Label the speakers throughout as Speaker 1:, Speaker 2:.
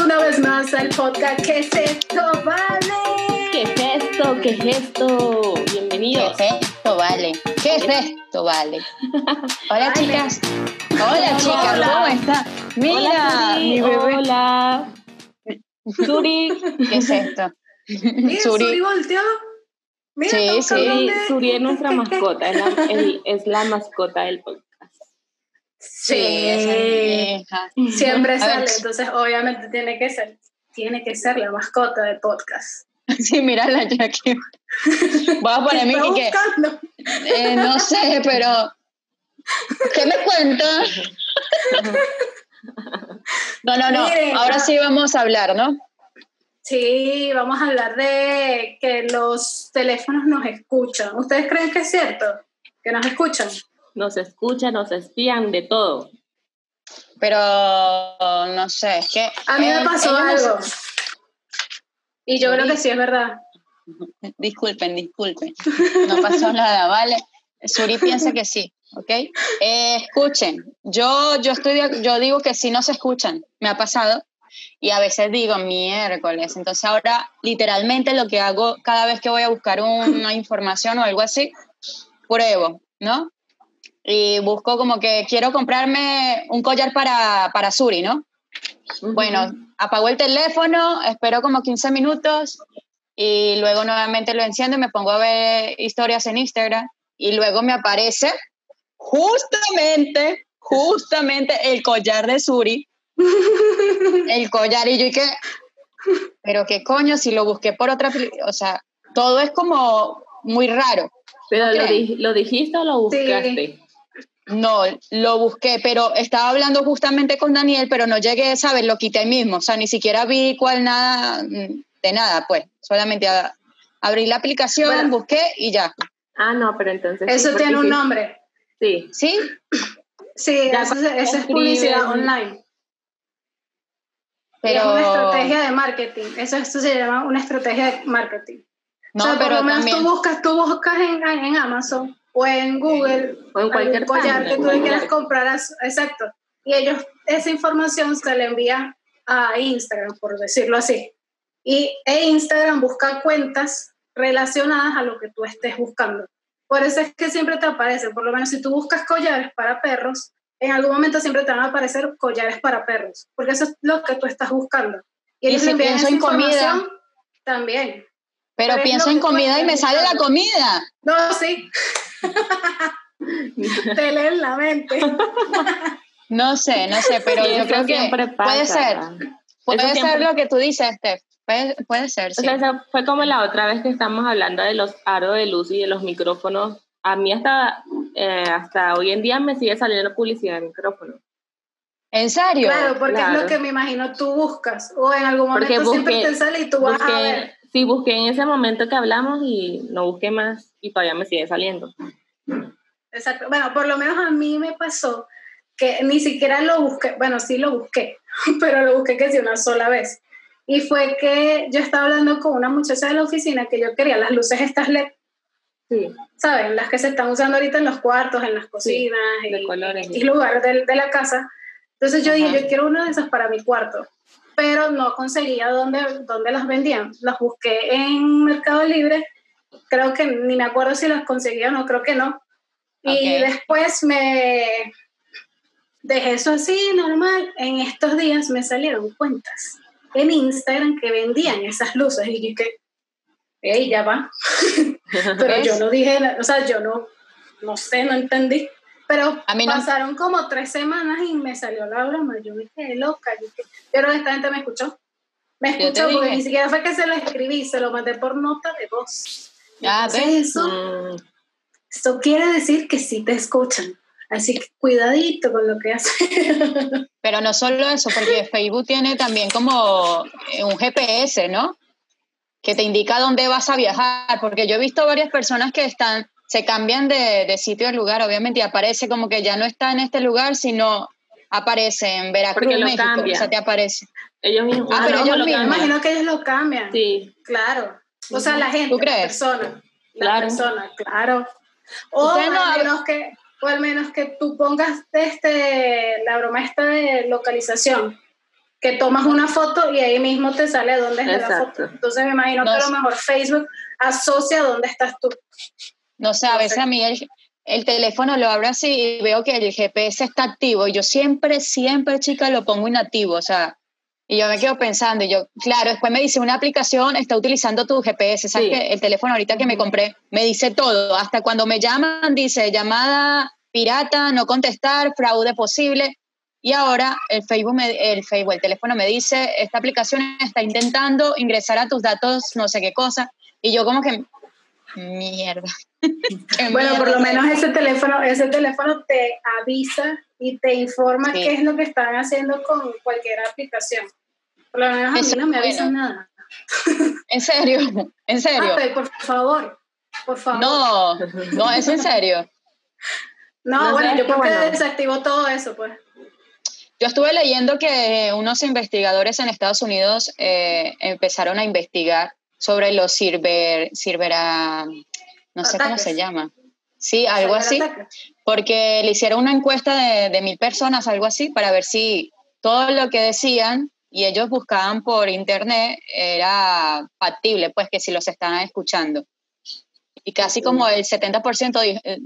Speaker 1: bienvenidos al podcast ¿Qué es esto, vale?
Speaker 2: ¿Qué es esto? ¿Qué es esto?
Speaker 3: ¿Qué
Speaker 2: Bienvenidos.
Speaker 3: es esto, vale? ¿Qué es esto, vale? Hola,
Speaker 1: Vale.
Speaker 3: chicas. Hola, chicas,
Speaker 2: Hola.
Speaker 3: ¿cómo está? Mira,
Speaker 2: hola, Suri,
Speaker 3: mi bebé.
Speaker 2: Hola. Suri,
Speaker 3: ¿Qué es esto?
Speaker 1: Mira, Suri,
Speaker 3: Suri.
Speaker 1: volteó. Mira,
Speaker 3: Sí,
Speaker 1: está un
Speaker 3: sí.
Speaker 1: cabrón
Speaker 2: Suri,
Speaker 1: de-
Speaker 2: Suri es nuestra mascota, es la, el- es la mascota del podcast.
Speaker 1: Sí,
Speaker 3: esa es mi hija.
Speaker 1: siempre
Speaker 3: A
Speaker 1: sale,
Speaker 3: ver.
Speaker 1: entonces obviamente tiene que ser, tiene que ser la mascota del podcast.
Speaker 3: Sí, mira la Jackie. Voy a poner mi
Speaker 1: Está
Speaker 3: que,
Speaker 1: buscando.
Speaker 3: eh, no sé, pero ¿qué me cuentas? No, no, no.
Speaker 1: Miren,
Speaker 3: Ahora
Speaker 1: ah.
Speaker 3: sí vamos a hablar, ¿no?
Speaker 1: Sí, vamos a hablar de que los teléfonos nos escuchan. ¿Ustedes creen que es cierto? Que nos escuchan.
Speaker 2: Nos escuchan, nos espían de todo.
Speaker 3: Pero no sé, es que
Speaker 1: A mí me
Speaker 3: eh,
Speaker 1: pasó
Speaker 3: ellos no
Speaker 1: algo. Y yo creo que sí es verdad.
Speaker 3: Disculpen, disculpen. No pasó nada, ¿vale? Suri piensa que sí, ¿ok? Eh, escuchen, yo, yo, estoy de- yo digo que sí no se escuchan, me ha pasado, y a veces digo miércoles, entonces ahora literalmente lo que hago cada vez que voy a buscar una información o algo así, pruebo, ¿no? Y busco como que quiero comprarme un collar para, para Suri, ¿no?
Speaker 2: Ujú.
Speaker 3: Bueno, apago el teléfono, espero como 15 minutos y luego nuevamente lo enciendo y me pongo a ver historias en Instagram y luego me aparece justamente, justamente el collar de Suri, el collar y yo y que, pero qué coño, si lo busqué por otra, apli- o sea, todo es como muy raro.
Speaker 2: pero lo,
Speaker 3: ¿creen?
Speaker 2: dij- lo dijiste o lo buscaste.
Speaker 3: No, lo busqué, pero estaba hablando justamente con Daniel, pero no llegué, ¿sabes? Lo quité ahí mismo, o sea, ni siquiera vi cuál nada, mm, de nada, pues, solamente a- abrí la aplicación,
Speaker 1: Bueno.
Speaker 3: busqué y ya,
Speaker 2: Ah, no, pero entonces. sí,
Speaker 1: Eso
Speaker 2: porque
Speaker 1: tiene un
Speaker 2: sí-
Speaker 1: nombre.
Speaker 2: Sí.
Speaker 3: ¿sí?
Speaker 1: Sí,
Speaker 2: Ya
Speaker 1: eso,
Speaker 2: cuando
Speaker 1: esa es
Speaker 2: escriben-
Speaker 1: publicidad online. Y
Speaker 3: Pero,
Speaker 1: Es una estrategia de marketing. Eso, esto se llama una estrategia de marketing.
Speaker 3: no,
Speaker 1: o sea, por
Speaker 3: pero
Speaker 1: lo menos
Speaker 3: también,
Speaker 1: tú buscas, tú buscas en, en Amazon o en Google
Speaker 2: O en cualquier
Speaker 3: pues
Speaker 1: algún collar
Speaker 2: página,
Speaker 1: que tú
Speaker 2: en
Speaker 1: le quieras
Speaker 2: cualquier-
Speaker 1: comprar. a su- exacto. Y ellos, esa información se le envía a Instagram, por decirlo así. Y e Instagram busca cuentas relacionadas a lo que tú estés buscando. Por eso es que siempre te aparecen, por lo menos si tú buscas collares para perros, en algún momento siempre te van a aparecer collares para perros, porque eso es lo que tú estás buscando.
Speaker 3: Y
Speaker 1: ellos
Speaker 3: si
Speaker 1: le envían
Speaker 3: pienso
Speaker 1: esa
Speaker 3: en comida.
Speaker 1: información También.
Speaker 3: pero
Speaker 1: pero es
Speaker 3: pienso
Speaker 1: lo
Speaker 3: en
Speaker 1: que tú
Speaker 3: comida y me
Speaker 1: estás
Speaker 3: sale la
Speaker 1: buscando.
Speaker 3: comida.
Speaker 1: No, sí. Te leen la mente.
Speaker 3: No sé, no sé, pero
Speaker 2: Sí,
Speaker 3: yo
Speaker 2: eso
Speaker 3: creo que
Speaker 2: siempre
Speaker 3: puede
Speaker 2: pasa.
Speaker 3: ser, puede ser
Speaker 2: siempre-
Speaker 3: lo que tú dices, Steph, puede, puede ser, sí.
Speaker 2: O sea, esa fue como la otra vez que estamos hablando de los aros de luz y de los micrófonos. A mí hasta, eh, hasta hoy en día me sigue saliendo publicidad de micrófono.
Speaker 3: ¿En serio?
Speaker 1: Claro, porque es
Speaker 2: Claro.
Speaker 1: lo que me imagino tú buscas. O en algún momento
Speaker 2: Porque
Speaker 1: siempre
Speaker 2: busqué-
Speaker 1: te sale y tú vas a ver.
Speaker 2: Busqué, sí, busqué en ese momento que hablamos y no busqué más y todavía me sigue saliendo.
Speaker 1: Exacto. Bueno, por lo menos a mí me pasó que ni siquiera lo busqué. Bueno, sí lo busqué, pero lo busqué que sí una sola vez. Y fue que yo estaba hablando con una muchacha de la oficina que yo quería las luces estas LED,
Speaker 2: Sí,
Speaker 1: ¿saben? Las que se están usando ahorita en los cuartos, en las cocinas,
Speaker 2: de
Speaker 1: y-
Speaker 2: colores.
Speaker 1: y lugar de, de la casa. Entonces yo
Speaker 3: Ajá.
Speaker 1: dije, yo quiero una de esas para mi cuarto, pero no conseguía dónde, dónde las vendían. Las busqué en Mercado Libre, creo que ni me acuerdo si las conseguía o no, creo que no. Y
Speaker 3: Ok.
Speaker 1: después me dejé eso así, normal. En estos días me salieron cuentas en Instagram que vendían esas luces y dije, hey, ya va. Pero yo no dije, na- o sea, yo no, no sé, no entendí. Pero
Speaker 3: A mí no-
Speaker 1: pasaron como tres semanas y me salió la broma. Yo me quedé loca. Yo, dije, yo creo que esta gente me escuchó. Me
Speaker 3: Yo te
Speaker 1: escuchó porque
Speaker 3: dije.
Speaker 1: ni siquiera fue que se lo escribí, se lo mandé por nota de voz.
Speaker 3: Ah,
Speaker 1: Entonces,
Speaker 3: ¿ves?
Speaker 1: eso,
Speaker 2: Mm,
Speaker 1: eso quiere decir que sí te escuchan. Así que cuidadito con lo que haces.
Speaker 3: Pero no solo eso, porque Facebook tiene también como eh, un GPS, ¿no? Que te indica dónde vas a viajar, porque yo he visto varias personas que están, se cambian de, de sitio a lugar, obviamente, y aparece como que ya no está en este lugar, sino aparece en Veracruz,
Speaker 2: Porque lo
Speaker 3: México,
Speaker 2: cambian.
Speaker 3: o sea, te aparece.
Speaker 2: ellos mismos.
Speaker 3: Ah,
Speaker 2: Ah,
Speaker 3: pero
Speaker 2: no,
Speaker 3: ellos
Speaker 2: lo
Speaker 3: mismos,
Speaker 1: Me
Speaker 2: cambian.
Speaker 1: imagino que ellos lo cambian.
Speaker 2: Sí,
Speaker 1: Claro. O sea, la gente,
Speaker 3: ¿Tú crees?
Speaker 1: la persona. La
Speaker 2: Claro.
Speaker 1: persona, claro. O
Speaker 3: Ustedes no
Speaker 1: al,
Speaker 3: hablan-
Speaker 1: menos que, o al menos que tú pongas este, la broma esta de localización. que tomas una foto y ahí mismo te sale dónde es la
Speaker 2: Exacto.
Speaker 1: foto. Entonces me imagino
Speaker 3: No
Speaker 1: que a
Speaker 3: sé.
Speaker 1: lo mejor Facebook asocia dónde estás tú.
Speaker 3: No sé, a veces a mí el, el teléfono lo abro así y veo que el GPS está activo. Yo siempre, siempre, chica, lo pongo inactivo. O sea, y yo me quedo pensando. Y yo, claro, después me dice una aplicación está utilizando tu GPS. ¿Sabes
Speaker 2: Sí.
Speaker 3: que El teléfono ahorita que me compré me dice todo. Hasta cuando me llaman, dice llamada pirata, no contestar, fraude posible. Y ahora el Facebook, me- el Facebook, el teléfono me dice, esta aplicación está intentando ingresar a tus datos, no sé qué cosa. Y yo como que, mierda. Qué
Speaker 1: Bueno, por lo
Speaker 3: mierda.
Speaker 1: menos ese teléfono, ese teléfono te avisa y te informa
Speaker 3: Sí.
Speaker 1: qué es lo que están haciendo con cualquier aplicación. Por lo menos a
Speaker 3: Eso
Speaker 1: mí no me
Speaker 3: es
Speaker 1: avisan nada.
Speaker 3: En serio, en serio.
Speaker 1: Ah, pero por favor, por favor.
Speaker 3: No, no, es en serio.
Speaker 1: No,
Speaker 2: No
Speaker 1: bueno,
Speaker 2: sé,
Speaker 1: yo
Speaker 2: qué
Speaker 1: creo que
Speaker 2: bueno.
Speaker 1: desactivo todo eso, pues.
Speaker 3: Yo estuve leyendo que unos investigadores en Estados Unidos eh, empezaron a investigar sobre los ciber, ciberá- no sé cómo
Speaker 1: Ataques.
Speaker 3: se llama. Sí, algo así. porque le hicieron una encuesta de, de mil personas, algo así, para ver si todo lo que decían y ellos buscaban por internet era factible, pues que si los estaban escuchando. Y casi como el 70% di- eh,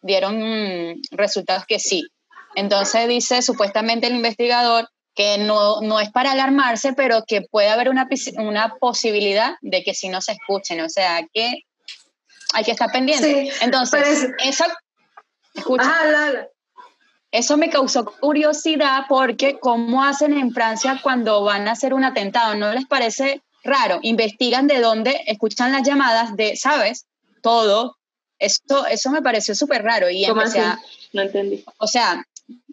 Speaker 3: dieron mm, resultados que sí. Entonces dice supuestamente el investigador que no, no es para alarmarse, pero que puede haber una, pis- una posibilidad de que si no se escuchen, o sea, que hay que estar pendiente.
Speaker 1: Sí,
Speaker 3: Entonces,
Speaker 1: pero
Speaker 3: eso... Escucha.
Speaker 1: Ah, la, la.
Speaker 3: Eso me causó curiosidad porque cómo hacen en Francia cuando van a hacer un atentado, ¿no les parece raro? Investigan de dónde escuchan las llamadas de, ¿sabes? Todo. Esto, eso me pareció súper raro y
Speaker 2: ¿Cómo
Speaker 3: empecé
Speaker 2: así?
Speaker 3: a,
Speaker 2: No entendí.
Speaker 3: o sea,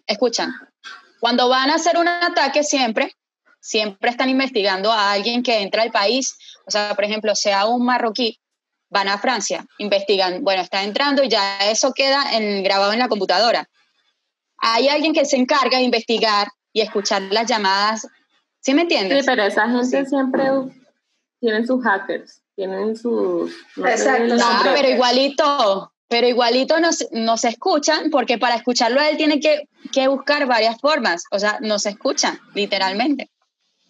Speaker 3: escuchan, cuando van a hacer un ataque siempre, siempre están investigando a alguien que entra al país, o sea, por ejemplo, sea un marroquí, van a Francia, investigan, bueno, está entrando y ya eso queda en- grabado en la computadora. Hay alguien que se encarga de investigar y escuchar las llamadas, ¿sí
Speaker 2: Sí,
Speaker 3: me entiendes?
Speaker 2: pero esa gente
Speaker 3: Sí.
Speaker 2: siempre u- tienen sus hackers, tienen sus... no sé
Speaker 1: Exacto,
Speaker 2: el
Speaker 1: sí.
Speaker 3: No,
Speaker 2: nombre.
Speaker 3: Ah, pero igualito, pero igualito nos, nos escuchan, porque para escucharlo a él tiene que, que buscar varias formas. O sea, nos escuchan, literalmente.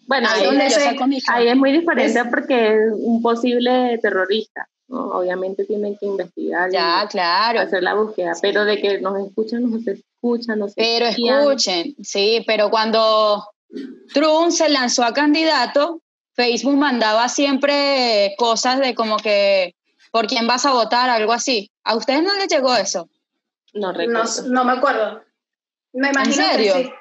Speaker 2: Bueno,
Speaker 3: Ahí
Speaker 2: ahí,
Speaker 3: es donde yo
Speaker 1: ese-
Speaker 3: saco mi
Speaker 2: ahí es muy diferente
Speaker 1: Es-
Speaker 2: porque es un posible terrorista. ¿no? Obviamente tienen que investigar y
Speaker 3: Ya, claro.
Speaker 2: hacer la búsqueda,
Speaker 3: Sí.
Speaker 2: pero de que nos escuchan, nos escuchan, nos
Speaker 3: Pero
Speaker 2: espían.
Speaker 3: escuchen, sí, pero cuando Trump se lanzó a candidato, Facebook mandaba siempre cosas de como que, ¿por quién vas a votar? Algo así. ¿A ustedes no les llegó eso?
Speaker 2: No
Speaker 1: No,
Speaker 2: recuerdo.
Speaker 1: no me acuerdo. Me imagino
Speaker 3: serio?
Speaker 1: que sí.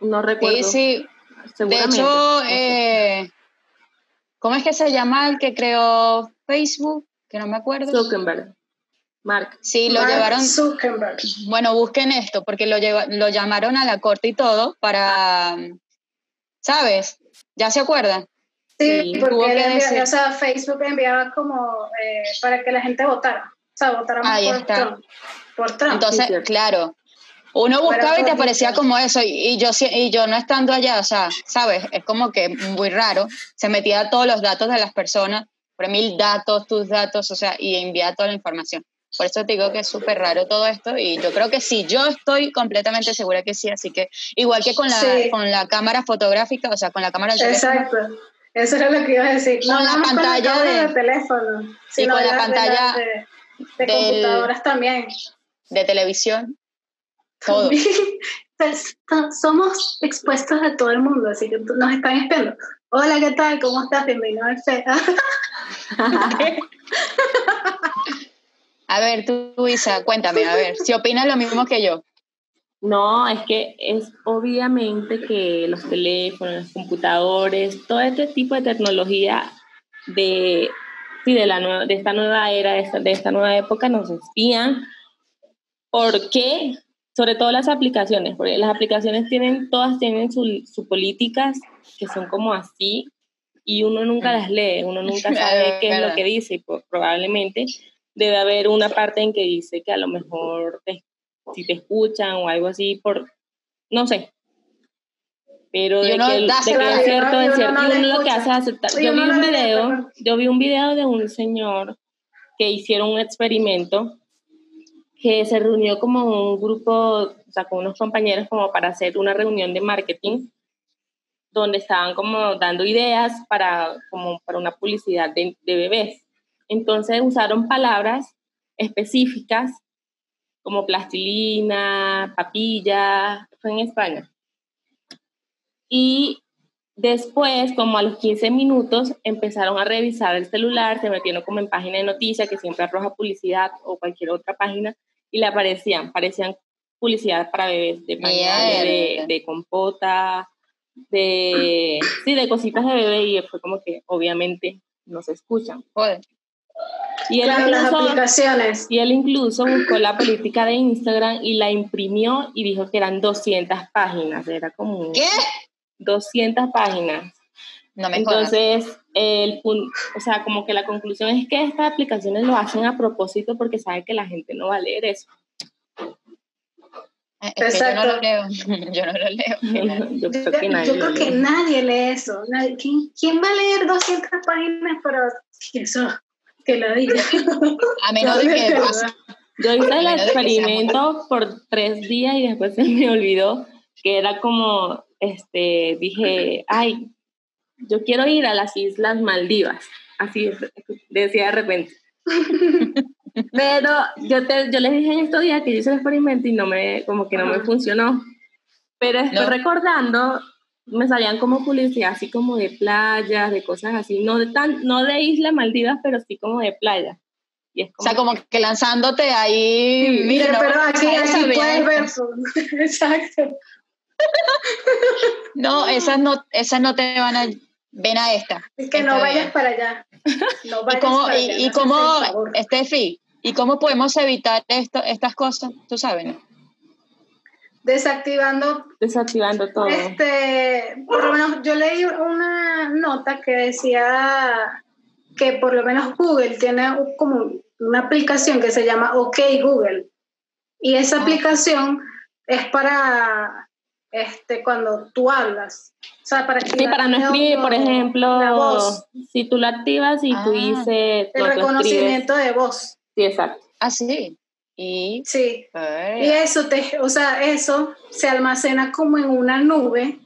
Speaker 2: No, recuerdo.
Speaker 3: Sí, sí. De
Speaker 2: Seguramente.
Speaker 3: hecho,
Speaker 2: No sé.
Speaker 3: eh, ¿cómo es que se llama el que creó Facebook? Que no me acuerdo.
Speaker 2: Zuckerberg. Mark.
Speaker 3: Sí, lo
Speaker 1: Mark
Speaker 3: llevaron.
Speaker 1: Zuckerberg.
Speaker 3: Bueno, busquen esto, porque lo, lleva- lo llamaron a la corte y todo para. ¿Sabes? ¿Ya se acuerdan?
Speaker 1: Ah, Sí,
Speaker 2: Sí,
Speaker 1: porque
Speaker 3: tuvo
Speaker 1: él
Speaker 3: que
Speaker 1: envía-
Speaker 3: decir-
Speaker 1: o sea, Facebook enviaba como eh, para que la gente votara. O sea, votáramos
Speaker 3: Ahí
Speaker 1: por
Speaker 3: está.
Speaker 1: Trump. Por Trump.
Speaker 3: Entonces,
Speaker 2: cierto.
Speaker 3: claro. Uno buscaba y te
Speaker 1: cortito.
Speaker 3: aparecía como eso, y, y yo, sí- y yo no estando allá, o sea, ¿sabes? Es como que muy raro. Se metía todos los datos de las personas, por mil datos, tus datos, o sea, y enviaba toda la información. Por eso te digo que es súper raro todo esto, y yo creo que sí, yo estoy completamente segura que sí, así que igual que con la,
Speaker 1: Sí.
Speaker 3: con la cámara fotográfica, o sea, con la cámara del teléfono,
Speaker 1: Exacto. Eso era lo que iba a decir.
Speaker 3: Con la
Speaker 1: nada más
Speaker 3: pantalla
Speaker 1: cámara
Speaker 3: de-
Speaker 1: del teléfono, sino
Speaker 3: con la
Speaker 1: de de
Speaker 3: pantalla
Speaker 1: de, de
Speaker 3: del-
Speaker 1: computadoras también.
Speaker 3: de televisión, todo.
Speaker 1: Pues, to- Somos expuestos a todo el mundo, así que nos están espiando. Hola, ¿qué tal? ¿Cómo estás? Bienvenido al FE.
Speaker 3: A ver, tú, Isa, cuéntame, a ver, si opinas lo mismo que yo.
Speaker 2: No, es que es obviamente que los teléfonos, los computadores, todo este tipo de tecnología de, sí, de, la nue- de esta nueva era, de esta, de esta nueva época nos espían. ¿Por qué? Sobre todo las aplicaciones, porque las aplicaciones tienen, todas tienen sus políticas que son como así y uno nunca las lee, uno nunca sabe qué es lo
Speaker 3: Verdad.
Speaker 2: que dice y pues, probablemente debe haber una parte en que dice que a lo mejor te- si te escuchan o algo así por no sé pero
Speaker 3: Y
Speaker 2: de
Speaker 3: uno
Speaker 2: que, el- de
Speaker 3: dásela
Speaker 2: que
Speaker 3: a
Speaker 2: es
Speaker 3: la-
Speaker 2: cierto
Speaker 1: y
Speaker 2: es
Speaker 1: uno
Speaker 2: cierto
Speaker 1: no
Speaker 2: y
Speaker 1: la
Speaker 2: uno lo que
Speaker 1: escucha.
Speaker 2: hace es aceptar
Speaker 1: Y
Speaker 2: yo vi
Speaker 1: uno no
Speaker 2: un
Speaker 1: la lee,
Speaker 2: video
Speaker 1: perdón.
Speaker 2: yo vi un video de un señor que hicieron un experimento que se reunió como un grupo o sea con unos compañeros como para hacer una reunión de marketing donde estaban como dando ideas para, como para una publicidad de, de bebés. Entonces usaron palabras específicas como plastilina, papilla, fue en España. Y después, como a los 15 minutos, empezaron a revisar el celular, se metieron como en página de noticias que siempre arroja publicidad o cualquier otra página y le aparecían, parecían publicidad para bebés de pañales, de, de, compota, de, sí, de cositas de bebé y fue como que obviamente no se escuchan.
Speaker 3: Joder.
Speaker 1: Y él, claro, incluso, las aplicaciones.
Speaker 2: y él incluso buscó la política de Instagram y la imprimió y dijo que eran 200 páginas. Era como.
Speaker 3: ¿Qué?
Speaker 2: 200 páginas.
Speaker 3: No me
Speaker 2: Entonces, el, o sea, como que la conclusión es que estas aplicaciones lo hacen a propósito porque saben que la gente no va a leer eso.
Speaker 3: Es que Exacto. yo no lo leo. Yo no lo leo.
Speaker 1: yo creo que nadie, yo, yo creo que lee. nadie lee eso. ¿Quién, ¿Quién, va a leer 200 páginas para eso? que lo diga.
Speaker 3: A menos de que. O sea,
Speaker 2: yo hice el experimento por tres días y después se me olvidó que era como, este, dije, ay, yo quiero ir a las Islas Maldivas. Así decía de repente. Pero yo, te, yo les dije en estos días que yo hice el experimento y no me, como que no me funcionó. Pero estoy no. recordando me salían como publicidad así como de playas, de cosas así, no de tan, no de isla Maldivas, pero sí como de playa.
Speaker 3: Y es como o sea, como que lanzándote ahí.
Speaker 1: Sí, mira, no, pero aquí, aquí puedes ver. Exacto.
Speaker 3: No, esas no, esas no te van a. Ven a esta.
Speaker 1: Es que
Speaker 3: esta
Speaker 1: no vayas para allá. No vayas
Speaker 3: ¿Y cómo,
Speaker 1: para
Speaker 3: y,
Speaker 1: allá,
Speaker 3: y
Speaker 1: no
Speaker 3: cómo Estefi, ¿y cómo podemos evitar esto, estas cosas? Tú sabes, ¿no?
Speaker 1: desactivando
Speaker 2: desactivando todo
Speaker 1: este por lo menos yo leí una nota que decía que por lo menos Google tiene como una aplicación que se llama OK Google y
Speaker 2: Ah.
Speaker 1: esa aplicación es para este cuando tú hablas o sea, para,
Speaker 2: sí, para no escribir, por ejemplo, la voz. si tú la activas y ah, tú dices...
Speaker 1: El reconocimiento de voz.
Speaker 2: Sí, exacto.
Speaker 3: Ah, sí. Y,
Speaker 1: sí. Ay. y eso, te, o sea, eso se almacena como en una nube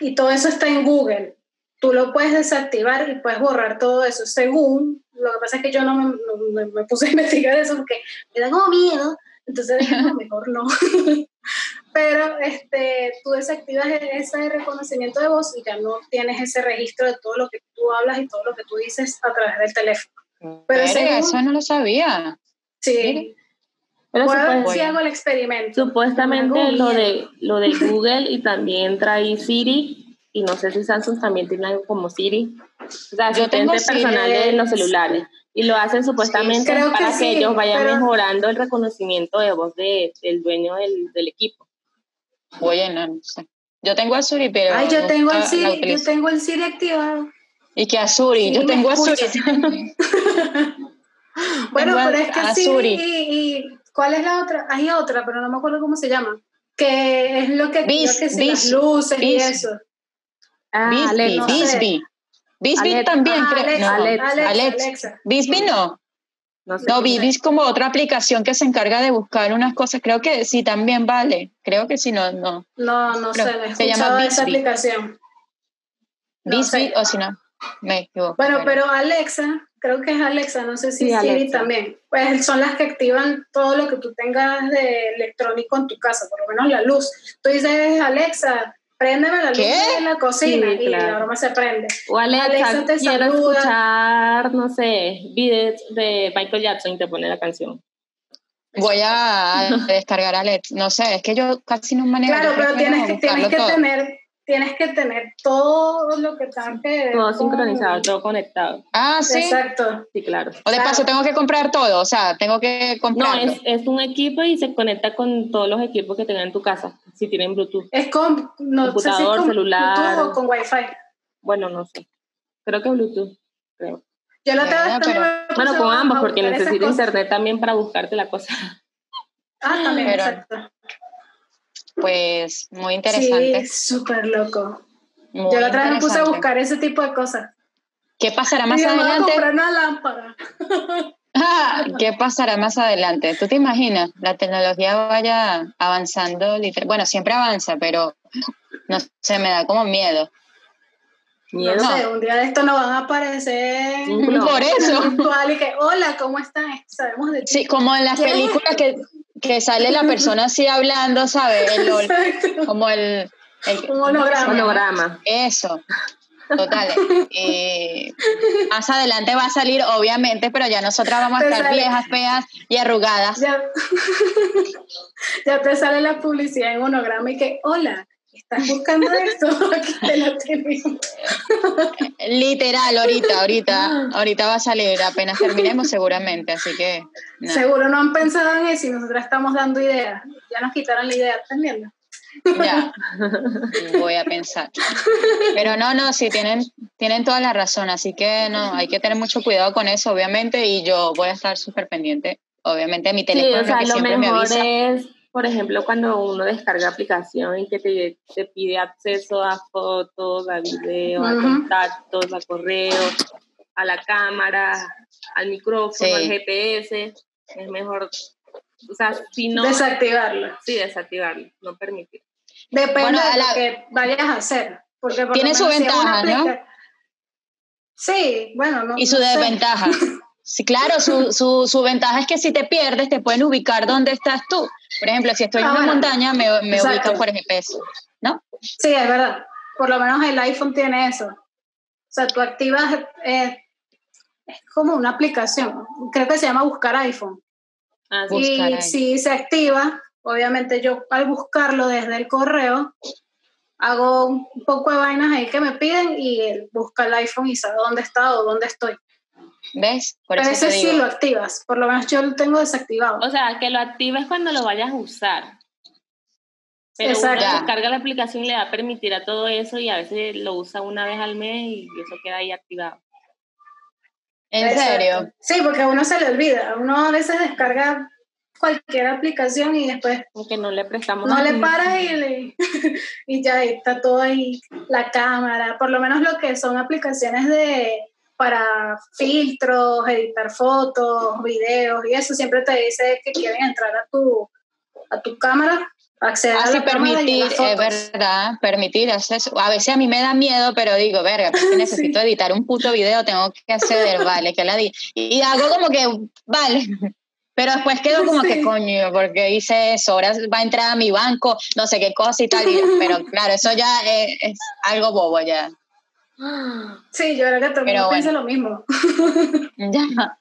Speaker 1: y todo eso está en Google. Tú lo puedes desactivar y puedes borrar todo eso según. Lo que pasa es que yo no me, no, me, me puse a investigar eso porque me da como miedo. Entonces dije, no, mejor no. Pero este, tú desactivas ese reconocimiento de voz y ya no tienes ese registro de todo lo que tú hablas y todo lo que tú dices a través del teléfono.
Speaker 3: Pero Verga, eso no lo sabía.
Speaker 1: Sí. Pero bueno, si hago el experimento.
Speaker 2: Supuestamente lo de, lo de Google y también trae Siri. Y no sé si Samsung también tiene algo como Siri. O sea, Yo tengo personal de los celulares. Y lo hacen supuestamente sí, para que, que sí, ellos vayan pero... mejorando el reconocimiento de voz de, del dueño del, del equipo.
Speaker 3: Oye, no, no sé. Yo tengo a Siri, pero. ah,
Speaker 1: Ay, yo tengo el Siri, yo tengo el Siri activado.
Speaker 3: Y que Azuri, sí, yo tengo Azuri.
Speaker 1: bueno, tengo pero es que Azuri. Sí, y, y, ¿cuál es la otra? Hay otra, pero no me acuerdo cómo se llama. Que es lo que,
Speaker 3: Bis,
Speaker 1: que si las
Speaker 3: Bis,
Speaker 1: luces Bis, y eso.
Speaker 3: Ah, Bisbee, no Bisbee. Bisbee también, ah, creo. no, Alexa, Alex. Alexa. Bisbee no. No, sé no Bisbee es como otra aplicación que se encarga de buscar unas cosas. Creo que sí también vale. Creo que sí, no,
Speaker 1: no. No, no creo, sé. Se llama esa aplicación.
Speaker 3: Bisbee o si no. Me equivoco,
Speaker 1: bueno, pero Alexa, creo que es Alexa, no sé si sí, Siri Alexa. también. Pues son las que activan todo lo que tú tengas de electrónico en tu casa, por lo menos la luz. Tú dices, Alexa, préndeme la ¿Qué? luz en la cocina sí, claro. y la broma se prende.
Speaker 2: O Alexa, Alexa te quiero saluda. escuchar, no sé, videos de Michael Jackson y te pone la canción.
Speaker 3: Voy a descargar a Alexa. No sé, es que yo casi no manejo.
Speaker 1: Claro, pero tienes que, tienes que todo. tener tienes que tener todo lo que están que
Speaker 2: todo con... sincronizado, todo conectado.
Speaker 3: Ah, sí.
Speaker 1: Exacto.
Speaker 2: Sí, claro.
Speaker 3: O de paso tengo que comprar todo, o sea, tengo que comprar.
Speaker 2: No, es, es, un equipo y se conecta con todos los equipos que tengan en tu casa, si tienen Bluetooth.
Speaker 1: Es con no,
Speaker 2: computador,
Speaker 1: no sé si con
Speaker 2: celular.
Speaker 1: Bluetooth o con Wi-Fi.
Speaker 2: Bueno, no sé. Creo que Bluetooth, creo.
Speaker 1: Yo la tengo
Speaker 2: pero... Bueno, con ambos, porque necesito internet también para buscarte la cosa.
Speaker 1: Ah, también, pero... exacto
Speaker 3: pues muy interesante.
Speaker 1: Sí, súper loco. Muy Yo la otra vez me puse a buscar ese tipo de cosas.
Speaker 3: ¿Qué pasará más Yo adelante?
Speaker 1: Voy a una lámpara.
Speaker 3: Ah, ¿Qué pasará más adelante? ¿Tú te imaginas? La tecnología vaya avanzando, bueno, siempre avanza, pero No sé, me da como miedo.
Speaker 2: Miedo.
Speaker 1: No sé, un día de esto nos van a aparecer
Speaker 2: Sí, No.
Speaker 3: Por eso.
Speaker 1: virtual y que, hola, ¿cómo están? Sabemos de ti.
Speaker 3: Sí, como en las
Speaker 1: ¿Qué?
Speaker 3: películas que, que sale la persona así hablando, ¿sabes? El ol-
Speaker 1: Exacto.
Speaker 3: como el, el-
Speaker 1: Un holograma.
Speaker 2: Holograma.
Speaker 3: Eso. Total. eh, más adelante va a salir, obviamente, pero ya nosotras vamos a
Speaker 1: Te
Speaker 3: estar
Speaker 1: sale.
Speaker 3: viejas, feas y arrugadas.
Speaker 1: Ya, ya te sale la publicidad en holograma y que, hola, ¿estás buscando esto? Aquí te lo tenemos.
Speaker 3: Literal, ahorita, ahorita, ahorita va a salir, apenas terminemos seguramente, así que. nada.
Speaker 1: Seguro no han pensado en eso y nosotros estamos dando ideas. Ya nos quitaron la idea también.
Speaker 3: Ya, voy a pensar. Pero no, no, sí, tienen, tienen toda la razón, así que no, hay que tener mucho cuidado con eso, obviamente, y yo voy a estar súper pendiente, obviamente, de mi
Speaker 2: Sí,
Speaker 3: teléfono
Speaker 2: o sea,
Speaker 3: que
Speaker 2: lo
Speaker 3: siempre me
Speaker 2: mejor
Speaker 3: avisa.
Speaker 2: es, por ejemplo, cuando uno descarga aplicación y que te, te pide acceso a fotos, a videos, a
Speaker 1: Ujú.
Speaker 2: contactos, a correos, a la cámara, al micrófono,
Speaker 3: Sí.
Speaker 2: al GPS, es mejor, o sea, si no,
Speaker 1: Desactivarlo.
Speaker 2: sí, desactivarlo, no permitir.
Speaker 1: Depende
Speaker 3: Bueno, a
Speaker 1: de
Speaker 3: la-
Speaker 1: lo que vayas a hacer. Porque por lo
Speaker 3: Tiene su
Speaker 1: menos si es una
Speaker 3: ventaja, ¿no?
Speaker 1: aplica- Sí, bueno, no.
Speaker 3: Y su
Speaker 1: no sé.
Speaker 3: desventaja. Sí, claro, su, su, su ventaja es que si te pierdes, te pueden ubicar dónde estás tú. Por ejemplo, si estoy en
Speaker 1: Ah,
Speaker 3: una
Speaker 1: bueno.
Speaker 3: montaña, me, me
Speaker 1: Exacto.
Speaker 3: ubican por GPS, ¿no?
Speaker 1: Sí, es verdad. Por lo menos el iPhone tiene eso. O sea, tú activas, eh, es como una aplicación, creo que se llama Buscar iPhone.
Speaker 2: Así
Speaker 3: Sí. Buscar
Speaker 1: y
Speaker 3: iPhone.
Speaker 1: si se activa, obviamente yo al buscarlo desde el correo, hago un poco de vainas ahí que me piden y él busca el iPhone y sabe dónde está o dónde estoy.
Speaker 3: ¿Ves? Por
Speaker 1: Pero
Speaker 3: eso
Speaker 1: ese
Speaker 3: te digo.
Speaker 1: sí lo activas, por lo menos yo lo tengo desactivado.
Speaker 2: O sea, que lo actives cuando lo vayas a usar. Pero
Speaker 1: Exacto.
Speaker 2: uno descarga la aplicación y le va a permitir a todo eso y a veces lo usa una vez al mes y eso queda ahí activado.
Speaker 3: En
Speaker 1: Exacto.
Speaker 3: serio.
Speaker 1: Sí, porque a uno se le olvida. Uno a veces descarga cualquier aplicación y después
Speaker 2: Aunque no le prestamos
Speaker 1: No le
Speaker 2: atención.
Speaker 1: paras y, le- y ya está todo ahí, la cámara, por lo menos lo que son aplicaciones de para filtros, editar fotos, videos y eso, siempre te dice que quieren entrar a tu, a tu cámara, acceder a
Speaker 3: Así
Speaker 1: la cámara y a
Speaker 3: Ah, permitir,
Speaker 1: las
Speaker 3: es
Speaker 1: fotos.
Speaker 3: verdad, permitir acceso. A veces a mí me da miedo, pero digo, verga, pues que necesito editar un puto video, tengo que acceder, vale, que la di. Y hago como que, vale. Pero después quedo como que,
Speaker 1: Sí.
Speaker 3: coño, porque hice eso, ahora va a entrar a mi banco, no sé qué cosa y tal. y- pero claro, eso ya es, es algo bobo, ya.
Speaker 1: Sí, yo creo que todo el mundo
Speaker 3: Pero bueno.
Speaker 1: piensa lo mismo.
Speaker 3: Ya.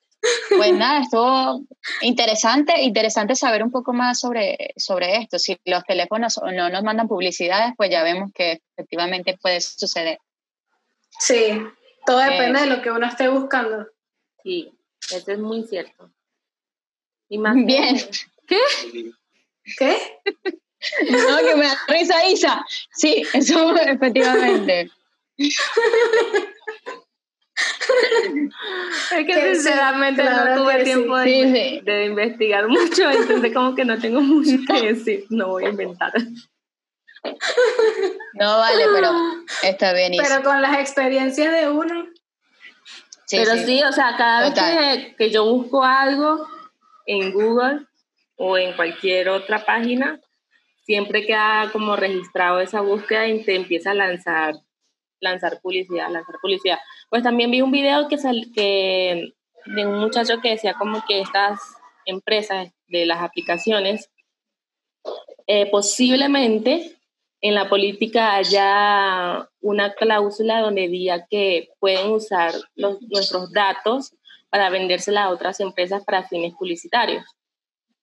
Speaker 3: Pues nada, estuvo interesante, interesante saber un poco más sobre, sobre esto. Si los teléfonos no nos mandan publicidades, pues ya vemos que efectivamente puede suceder.
Speaker 1: Sí, todo
Speaker 3: Eh.
Speaker 1: depende de lo que uno esté buscando.
Speaker 2: Sí, eso es muy cierto. Y más
Speaker 3: Bien.
Speaker 1: ¿Qué?
Speaker 3: No, que me da risa Isa. Sí, eso efectivamente.
Speaker 2: Es que
Speaker 1: Que sí,
Speaker 2: sinceramente
Speaker 1: claro
Speaker 2: no tuve
Speaker 1: que sí.
Speaker 2: tiempo de,
Speaker 3: Sí, sí.
Speaker 2: de investigar mucho, entonces como que no tengo mucho que decir, no voy a inventar.
Speaker 3: No vale, pero está bien Isa.
Speaker 1: Pero con las experiencias de uno,
Speaker 3: Sí,
Speaker 2: Pero
Speaker 3: sí.
Speaker 2: sí. o sea, cada
Speaker 3: Total.
Speaker 2: vez que, que yo busco algo en Google o en cualquier otra página, siempre queda como registrado esa búsqueda y te empieza a lanzar, lanzar publicidad, lanzar publicidad. Pues también vi un video que, sal- que de un muchacho que decía como que estas empresas de las aplicaciones eh, posiblemente en la política haya una cláusula donde diga que pueden usar los- nuestros datos para vendérsela a otras empresas para fines publicitarios,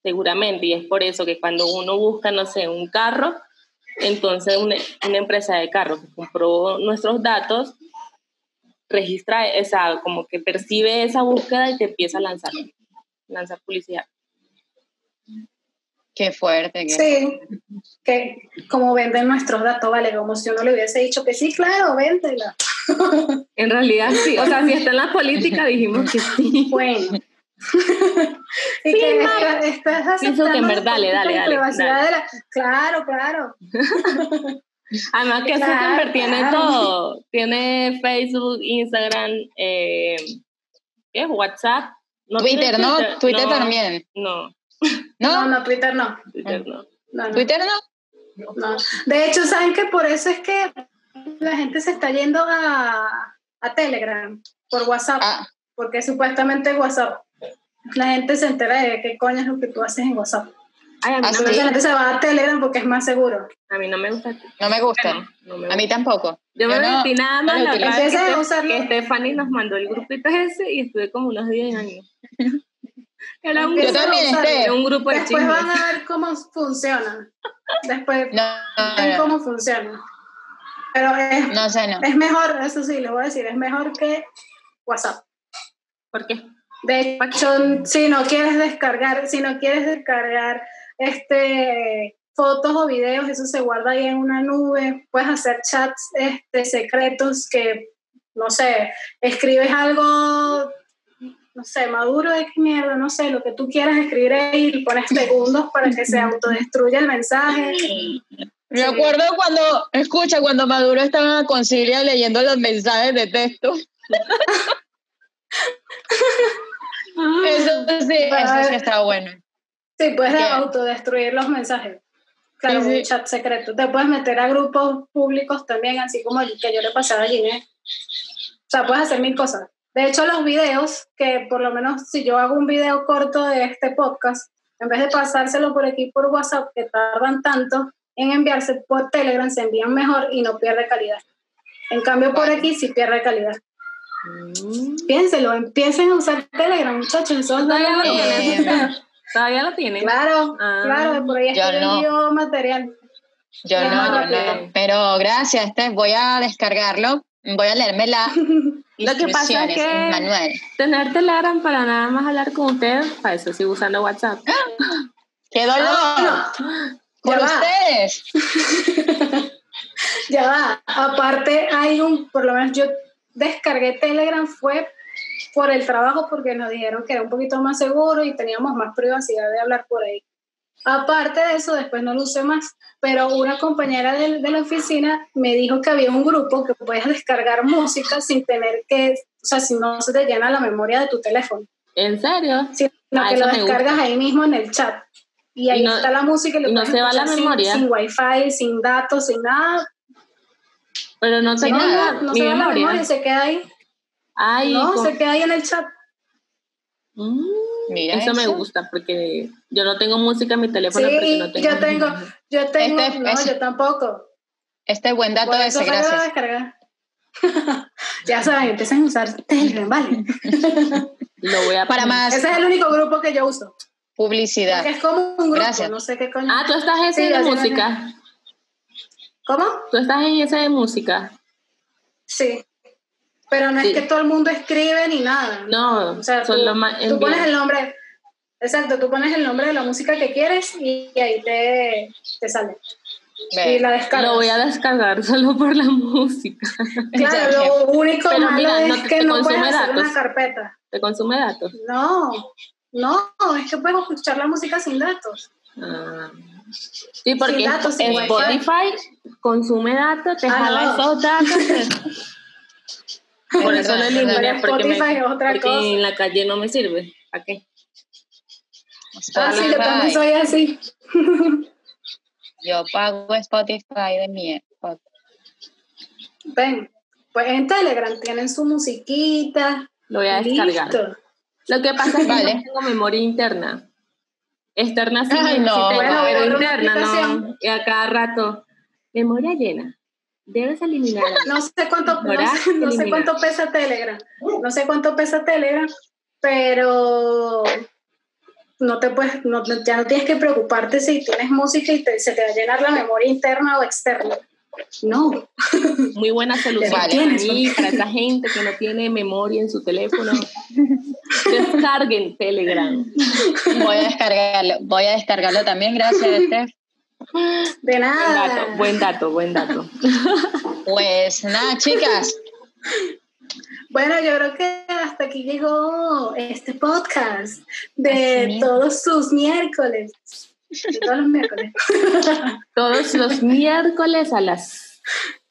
Speaker 2: seguramente. Y es por eso que cuando uno busca, no sé, un carro, entonces una, una empresa de carros que compró nuestros datos registra, o sea, como que percibe esa búsqueda y te empieza a lanzar, lanzar publicidad.
Speaker 3: Qué fuerte. qué-
Speaker 1: Sí, que como venden nuestros datos, vale, como si uno le hubiese dicho que sí, claro, véndela.
Speaker 2: En realidad sí, o sea, si está en la política dijimos que sí.
Speaker 1: Bueno. y
Speaker 2: Sí,
Speaker 1: que
Speaker 2: Max.
Speaker 1: estás, estás
Speaker 2: Pienso que en
Speaker 1: aceptando
Speaker 2: verdad, dale,
Speaker 1: la
Speaker 2: dale, dale,
Speaker 1: privacidad
Speaker 2: dale.
Speaker 1: de la- Claro, claro.
Speaker 2: Además que
Speaker 1: Claro,
Speaker 2: Zuckerberg tiene
Speaker 1: claro.
Speaker 2: todo. Tiene Facebook, Instagram, eh, ¿qué es? WhatsApp. No
Speaker 3: Twitter,
Speaker 2: tiene
Speaker 3: ¿no? Twitter
Speaker 2: No,
Speaker 3: también.
Speaker 2: No,
Speaker 3: ¿No?
Speaker 1: No, no, Twitter no.
Speaker 2: Twitter no.
Speaker 1: No, no.
Speaker 3: ¿Twitter no?
Speaker 1: No. De hecho, ¿saben que por eso es que la gente se está yendo a, a Telegram, por WhatsApp?
Speaker 3: Ah.
Speaker 1: Porque supuestamente WhatsApp, la gente se entera de qué coño es lo que tú haces en WhatsApp.
Speaker 2: Ay, a, mí no
Speaker 3: Ah, sí.
Speaker 1: Entonces la
Speaker 2: me,
Speaker 1: gente se va a Telegram porque es más seguro.
Speaker 2: a mí no me gusta.
Speaker 3: No me gusta.
Speaker 2: Bueno, no me
Speaker 3: A mí tampoco.
Speaker 2: Yo me
Speaker 3: Yo no-
Speaker 2: metí nada
Speaker 3: no
Speaker 2: más
Speaker 3: lo
Speaker 2: la verdad
Speaker 3: utilizo.
Speaker 2: que,
Speaker 1: Empecé a
Speaker 2: Ste-
Speaker 1: usarlo.
Speaker 2: que Stephanie nos mandó el grupito ese y estuve como unos 10 años. Era un,
Speaker 1: Yo
Speaker 2: grupo-
Speaker 1: también, Esther.
Speaker 2: era un grupo de
Speaker 3: Pues
Speaker 1: Después van
Speaker 2: chismes.
Speaker 1: a ver cómo funciona. Después
Speaker 3: No,
Speaker 1: ven
Speaker 3: no, no,
Speaker 1: cómo funciona. Pero es,
Speaker 3: no sé, no.
Speaker 1: es mejor, eso sí, les voy a decir, es mejor que WhatsApp.
Speaker 2: ¿Por qué?
Speaker 1: De hecho, si no quieres descargar, si no quieres descargar este fotos o videos, eso se guarda ahí en una nube. Puedes hacer chats este, secretos que, no sé, escribes algo, no sé, maduro de qué mierda, no sé, lo que tú quieras escribir ahí, le pones segundos para que se autodestruya el mensaje.
Speaker 3: Me acuerdo cuando, escucha, cuando Maduro estaba con Siria leyendo los mensajes de texto.
Speaker 2: Mm.
Speaker 3: Eso sí, eso sí está bueno.
Speaker 1: Sí, puedes
Speaker 3: Bien.
Speaker 1: autodestruir los mensajes. Claro,
Speaker 3: Sí, sí.
Speaker 1: un chat secreto. Te puedes meter a grupos públicos también, así como el que yo le pasaba a Ginés. O sea, puedes hacer mil cosas. De hecho, los videos, que por lo menos si yo hago un video corto de este podcast, en vez de pasárselo por aquí por WhatsApp, que tardan tanto en enviarse por Telegram, se envían mejor y no pierde calidad. En cambio, por
Speaker 3: Vale.
Speaker 1: aquí sí pierde calidad. Piénselo, empiecen a usar Telegram, muchachos. Eso es
Speaker 2: Todavía lo
Speaker 1: algo-
Speaker 3: Eh,
Speaker 2: tienes. Todavía lo tienes.
Speaker 1: Claro,
Speaker 2: Ah.
Speaker 1: claro, por ahí es
Speaker 3: Yo
Speaker 1: que yo
Speaker 3: no.
Speaker 1: envío material.
Speaker 3: Yo
Speaker 1: Es más
Speaker 3: no, yo
Speaker 2: rápido.
Speaker 3: no. Pero gracias, Steph. Voy a descargarlo. Voy a leerme las
Speaker 2: Lo que pasa es
Speaker 3: instrucciones,
Speaker 2: que-
Speaker 3: el manual.
Speaker 2: Tener Telegram para nada más hablar con ustedes, para eso sigo usando WhatsApp.
Speaker 3: ¡Qué dolor!
Speaker 1: Ah,
Speaker 3: Por
Speaker 1: ya va.
Speaker 3: ustedes.
Speaker 1: Ya va. Aparte hay un, por lo menos yo descargué Telegram fue por el trabajo porque nos dijeron que era un poquito más seguro y teníamos más privacidad de hablar por ahí. Aparte de eso, después no lo usé más, pero una compañera de, de la oficina me dijo que había un grupo que puedes descargar música sin tener que, o sea, si no se te llena la memoria de tu teléfono.
Speaker 2: ¿En serio?
Speaker 1: sino
Speaker 2: Ah,
Speaker 1: que
Speaker 2: eso
Speaker 1: lo
Speaker 2: me gusta.
Speaker 1: descargas ahí mismo en el chat. Y ahí
Speaker 2: Y no-
Speaker 1: está la música y lo
Speaker 2: y no
Speaker 1: puedes
Speaker 2: se va la
Speaker 1: escuchar sin-
Speaker 2: memoria.
Speaker 1: Sin, wifi, sin datos, sin nada.
Speaker 2: Pero no
Speaker 1: Sin
Speaker 2: tengo
Speaker 1: nada,
Speaker 2: la-
Speaker 1: no
Speaker 2: mi
Speaker 1: se va la
Speaker 2: memoria.
Speaker 1: memoria, se queda ahí.
Speaker 2: Ay,
Speaker 1: no,
Speaker 2: con-
Speaker 1: se queda ahí en el chat.
Speaker 2: Mm,
Speaker 3: Mira
Speaker 2: eso me
Speaker 3: eso.
Speaker 2: gusta porque yo no tengo música en mi teléfono porque
Speaker 1: Sí,
Speaker 2: no tengo.
Speaker 1: yo tengo, yo tengo,
Speaker 3: Este-
Speaker 1: no,
Speaker 3: ese-
Speaker 1: yo tampoco.
Speaker 3: Este buen dato
Speaker 1: Por eso
Speaker 3: ese,
Speaker 1: fue que lo
Speaker 3: gracias.
Speaker 1: descargué. ya saben, empiecen a usar Telegram, ¿vale?
Speaker 2: Lo voy a
Speaker 3: Para más
Speaker 1: Ese es el único grupo que yo uso.
Speaker 3: publicidad.
Speaker 1: porque es como un grupo,
Speaker 3: Gracias.
Speaker 1: no sé qué coño.
Speaker 2: Ah, tú estás en ese
Speaker 1: Sí,
Speaker 2: de
Speaker 1: yo sí lo
Speaker 2: música.
Speaker 1: ¿Cómo?
Speaker 2: Tú estás en ese de música.
Speaker 1: Sí. Pero no
Speaker 2: Sí.
Speaker 1: es que todo el mundo escribe ni nada.
Speaker 2: No,
Speaker 1: O sea,
Speaker 2: son
Speaker 1: tú,
Speaker 2: los más.
Speaker 1: tú
Speaker 2: en
Speaker 1: pones
Speaker 2: vivo.
Speaker 1: el nombre, exacto, tú pones el nombre de la música que quieres y, ahí te, te sale.
Speaker 3: Ve.
Speaker 1: Y la descargas.
Speaker 2: Lo voy a descargar solo por la música.
Speaker 1: Claro,
Speaker 3: Ya,
Speaker 1: lo único
Speaker 2: Pero
Speaker 1: malo
Speaker 2: mira, no
Speaker 1: es
Speaker 2: te-
Speaker 1: que
Speaker 2: te
Speaker 1: no puedes
Speaker 2: consume
Speaker 1: hacer
Speaker 2: datos.
Speaker 1: una carpeta.
Speaker 2: ¿Te consume datos?
Speaker 1: No, no, es que puedes escuchar la música sin datos.
Speaker 2: Ah. Sí, porque
Speaker 1: Sin datos, sin
Speaker 2: en
Speaker 1: wifi.
Speaker 2: Spotify consume datos, te
Speaker 1: Ah,
Speaker 2: jala
Speaker 1: no.
Speaker 2: esos datos. Por eso lo
Speaker 3: verdad, es
Speaker 2: eliminé,
Speaker 1: verdad.
Speaker 2: porque, me-
Speaker 1: Spotify es otra
Speaker 2: porque
Speaker 1: cosa.
Speaker 2: en la calle no me sirve. ¿Para qué?
Speaker 1: Ah, sí, yo también
Speaker 3: Spotify.
Speaker 1: soy
Speaker 2: eh.
Speaker 1: así.
Speaker 3: Yo pago Spotify de mi época.
Speaker 1: Ven, pues en Telegram tienen su musiquita.
Speaker 2: Lo voy a descargar.
Speaker 1: Listo.
Speaker 2: Lo que pasa es que
Speaker 3: Vale.
Speaker 2: no tengo memoria interna. Externa sí,
Speaker 3: Ay,
Speaker 2: sí
Speaker 3: no.
Speaker 2: tengo,
Speaker 1: Bueno,
Speaker 2: pero
Speaker 1: borra una
Speaker 2: interna no.
Speaker 1: aplicación.
Speaker 2: Y a cada rato. Memoria llena. Debes eliminarla.
Speaker 1: No sé cuánto, no
Speaker 2: Ahora,
Speaker 1: sé, no sé
Speaker 2: eliminar.
Speaker 1: cuánto pesa Telegram. No sé cuánto pesa Telegram, pero no te puedes, no- no- ya no tienes que preocuparte si tienes música y te- se te va a llenar la memoria interna o externa. No.
Speaker 2: Muy buena solución
Speaker 3: Vale.
Speaker 2: para mí, para esa gente que no tiene memoria en su teléfono. Descarguen Telegram.
Speaker 3: Voy a descargarlo. Voy a descargarlo también, gracias, Steph.
Speaker 1: De
Speaker 2: Buen
Speaker 1: nada.
Speaker 2: dato, buen dato, buen dato.
Speaker 3: Pues nada, chicas.
Speaker 1: Bueno, yo creo que hasta aquí llegó este podcast
Speaker 3: Así
Speaker 1: de
Speaker 3: mismo.
Speaker 1: todos sus miércoles. De todos los miércoles.
Speaker 2: Todos los miércoles a las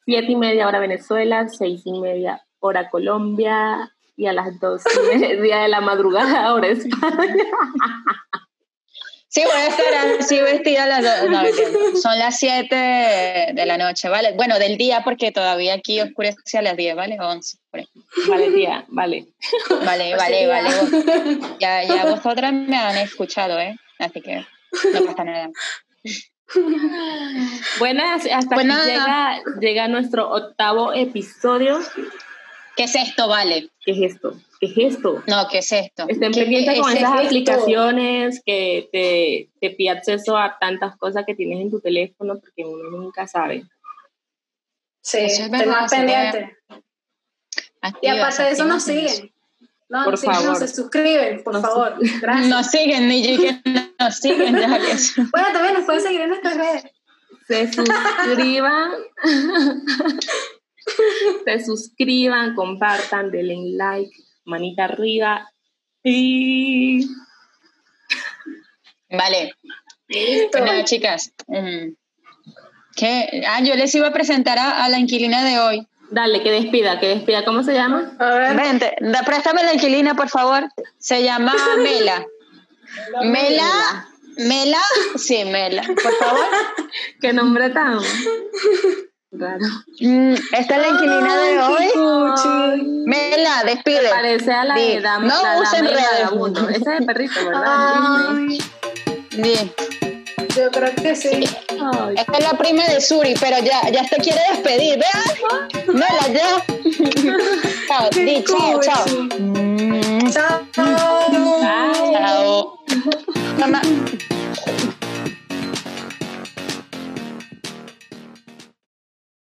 Speaker 2: siete y media hora Venezuela, seis y media hora Colombia y a las dos y media de la madrugada hora España.
Speaker 3: Sí, voy a estar así vestida a las do- no, mentira. Son las 7 de la noche, ¿vale? Bueno, del día, porque todavía aquí oscurece a las 10, ¿vale? 11, por ahí.
Speaker 2: Vale, tía, vale.
Speaker 3: Vale, vale, vale. vos- Ya, ya vosotras me han escuchado, ¿eh? Así que no pasa nada.
Speaker 2: Buenas, hasta
Speaker 3: Pues
Speaker 2: aquí
Speaker 3: nada.
Speaker 2: llega, llega nuestro octavo episodio.
Speaker 3: ¿Qué es esto, vale?
Speaker 2: ¿Qué es esto? ¿Qué es esto?
Speaker 3: No, ¿qué es esto?
Speaker 2: Estén
Speaker 3: ¿Qué
Speaker 2: pendientes
Speaker 3: es
Speaker 2: con esas
Speaker 3: esto?
Speaker 2: aplicaciones que te, te pide acceso a tantas cosas que tienes en tu teléfono porque uno nunca sabe.
Speaker 1: Sí,
Speaker 3: Eso es verdad,
Speaker 1: estén más
Speaker 3: sí,
Speaker 1: pendientes. Y
Speaker 3: Activas,
Speaker 1: aparte de eso, nos
Speaker 3: activas,
Speaker 1: siguen. No,
Speaker 2: Por
Speaker 1: nos siguen, no
Speaker 2: favor.
Speaker 1: se suscriben, por
Speaker 2: Nos-
Speaker 1: favor. Gracias.
Speaker 3: Nos siguen, ni yo que nos siguen. ya que es-
Speaker 1: Bueno, también nos pueden seguir en nuestras redes.
Speaker 2: Se suscriban. se suscriban, compartan, denle like, manita arriba. Y
Speaker 3: Vale.
Speaker 1: Listo.
Speaker 3: Bueno, chicas, mm, ¿qué? Ah, yo les iba a presentar a, a la inquilina de hoy.
Speaker 2: dale, que despida, que despida. ¿Cómo se llama?
Speaker 1: A ver,
Speaker 3: Vente, da- préstame la inquilina, por favor. Se llama Mela. Mela, Mela, sí, Mela, por favor.
Speaker 2: ¿Qué nombre tan raro?
Speaker 3: Mm, Esta es la inquilina de hoy.
Speaker 2: Ay,
Speaker 3: Mela, despide.
Speaker 2: Parece a la
Speaker 3: Di,
Speaker 2: de Dama-
Speaker 3: no
Speaker 2: la Dama
Speaker 3: usen
Speaker 2: y el
Speaker 3: redes.
Speaker 2: Vagabundo. Ese es el perrito, ¿verdad? Disney.
Speaker 1: ay,
Speaker 3: Di.
Speaker 1: yo creo que sí.
Speaker 2: Ay,
Speaker 3: Esta es la prima de Suri, pero ya, ya te quiere despedir. Vea, Mela, ya. chao, di, chao, chao. Mm,
Speaker 1: Chao.
Speaker 2: Bye.
Speaker 3: chao. Mamá.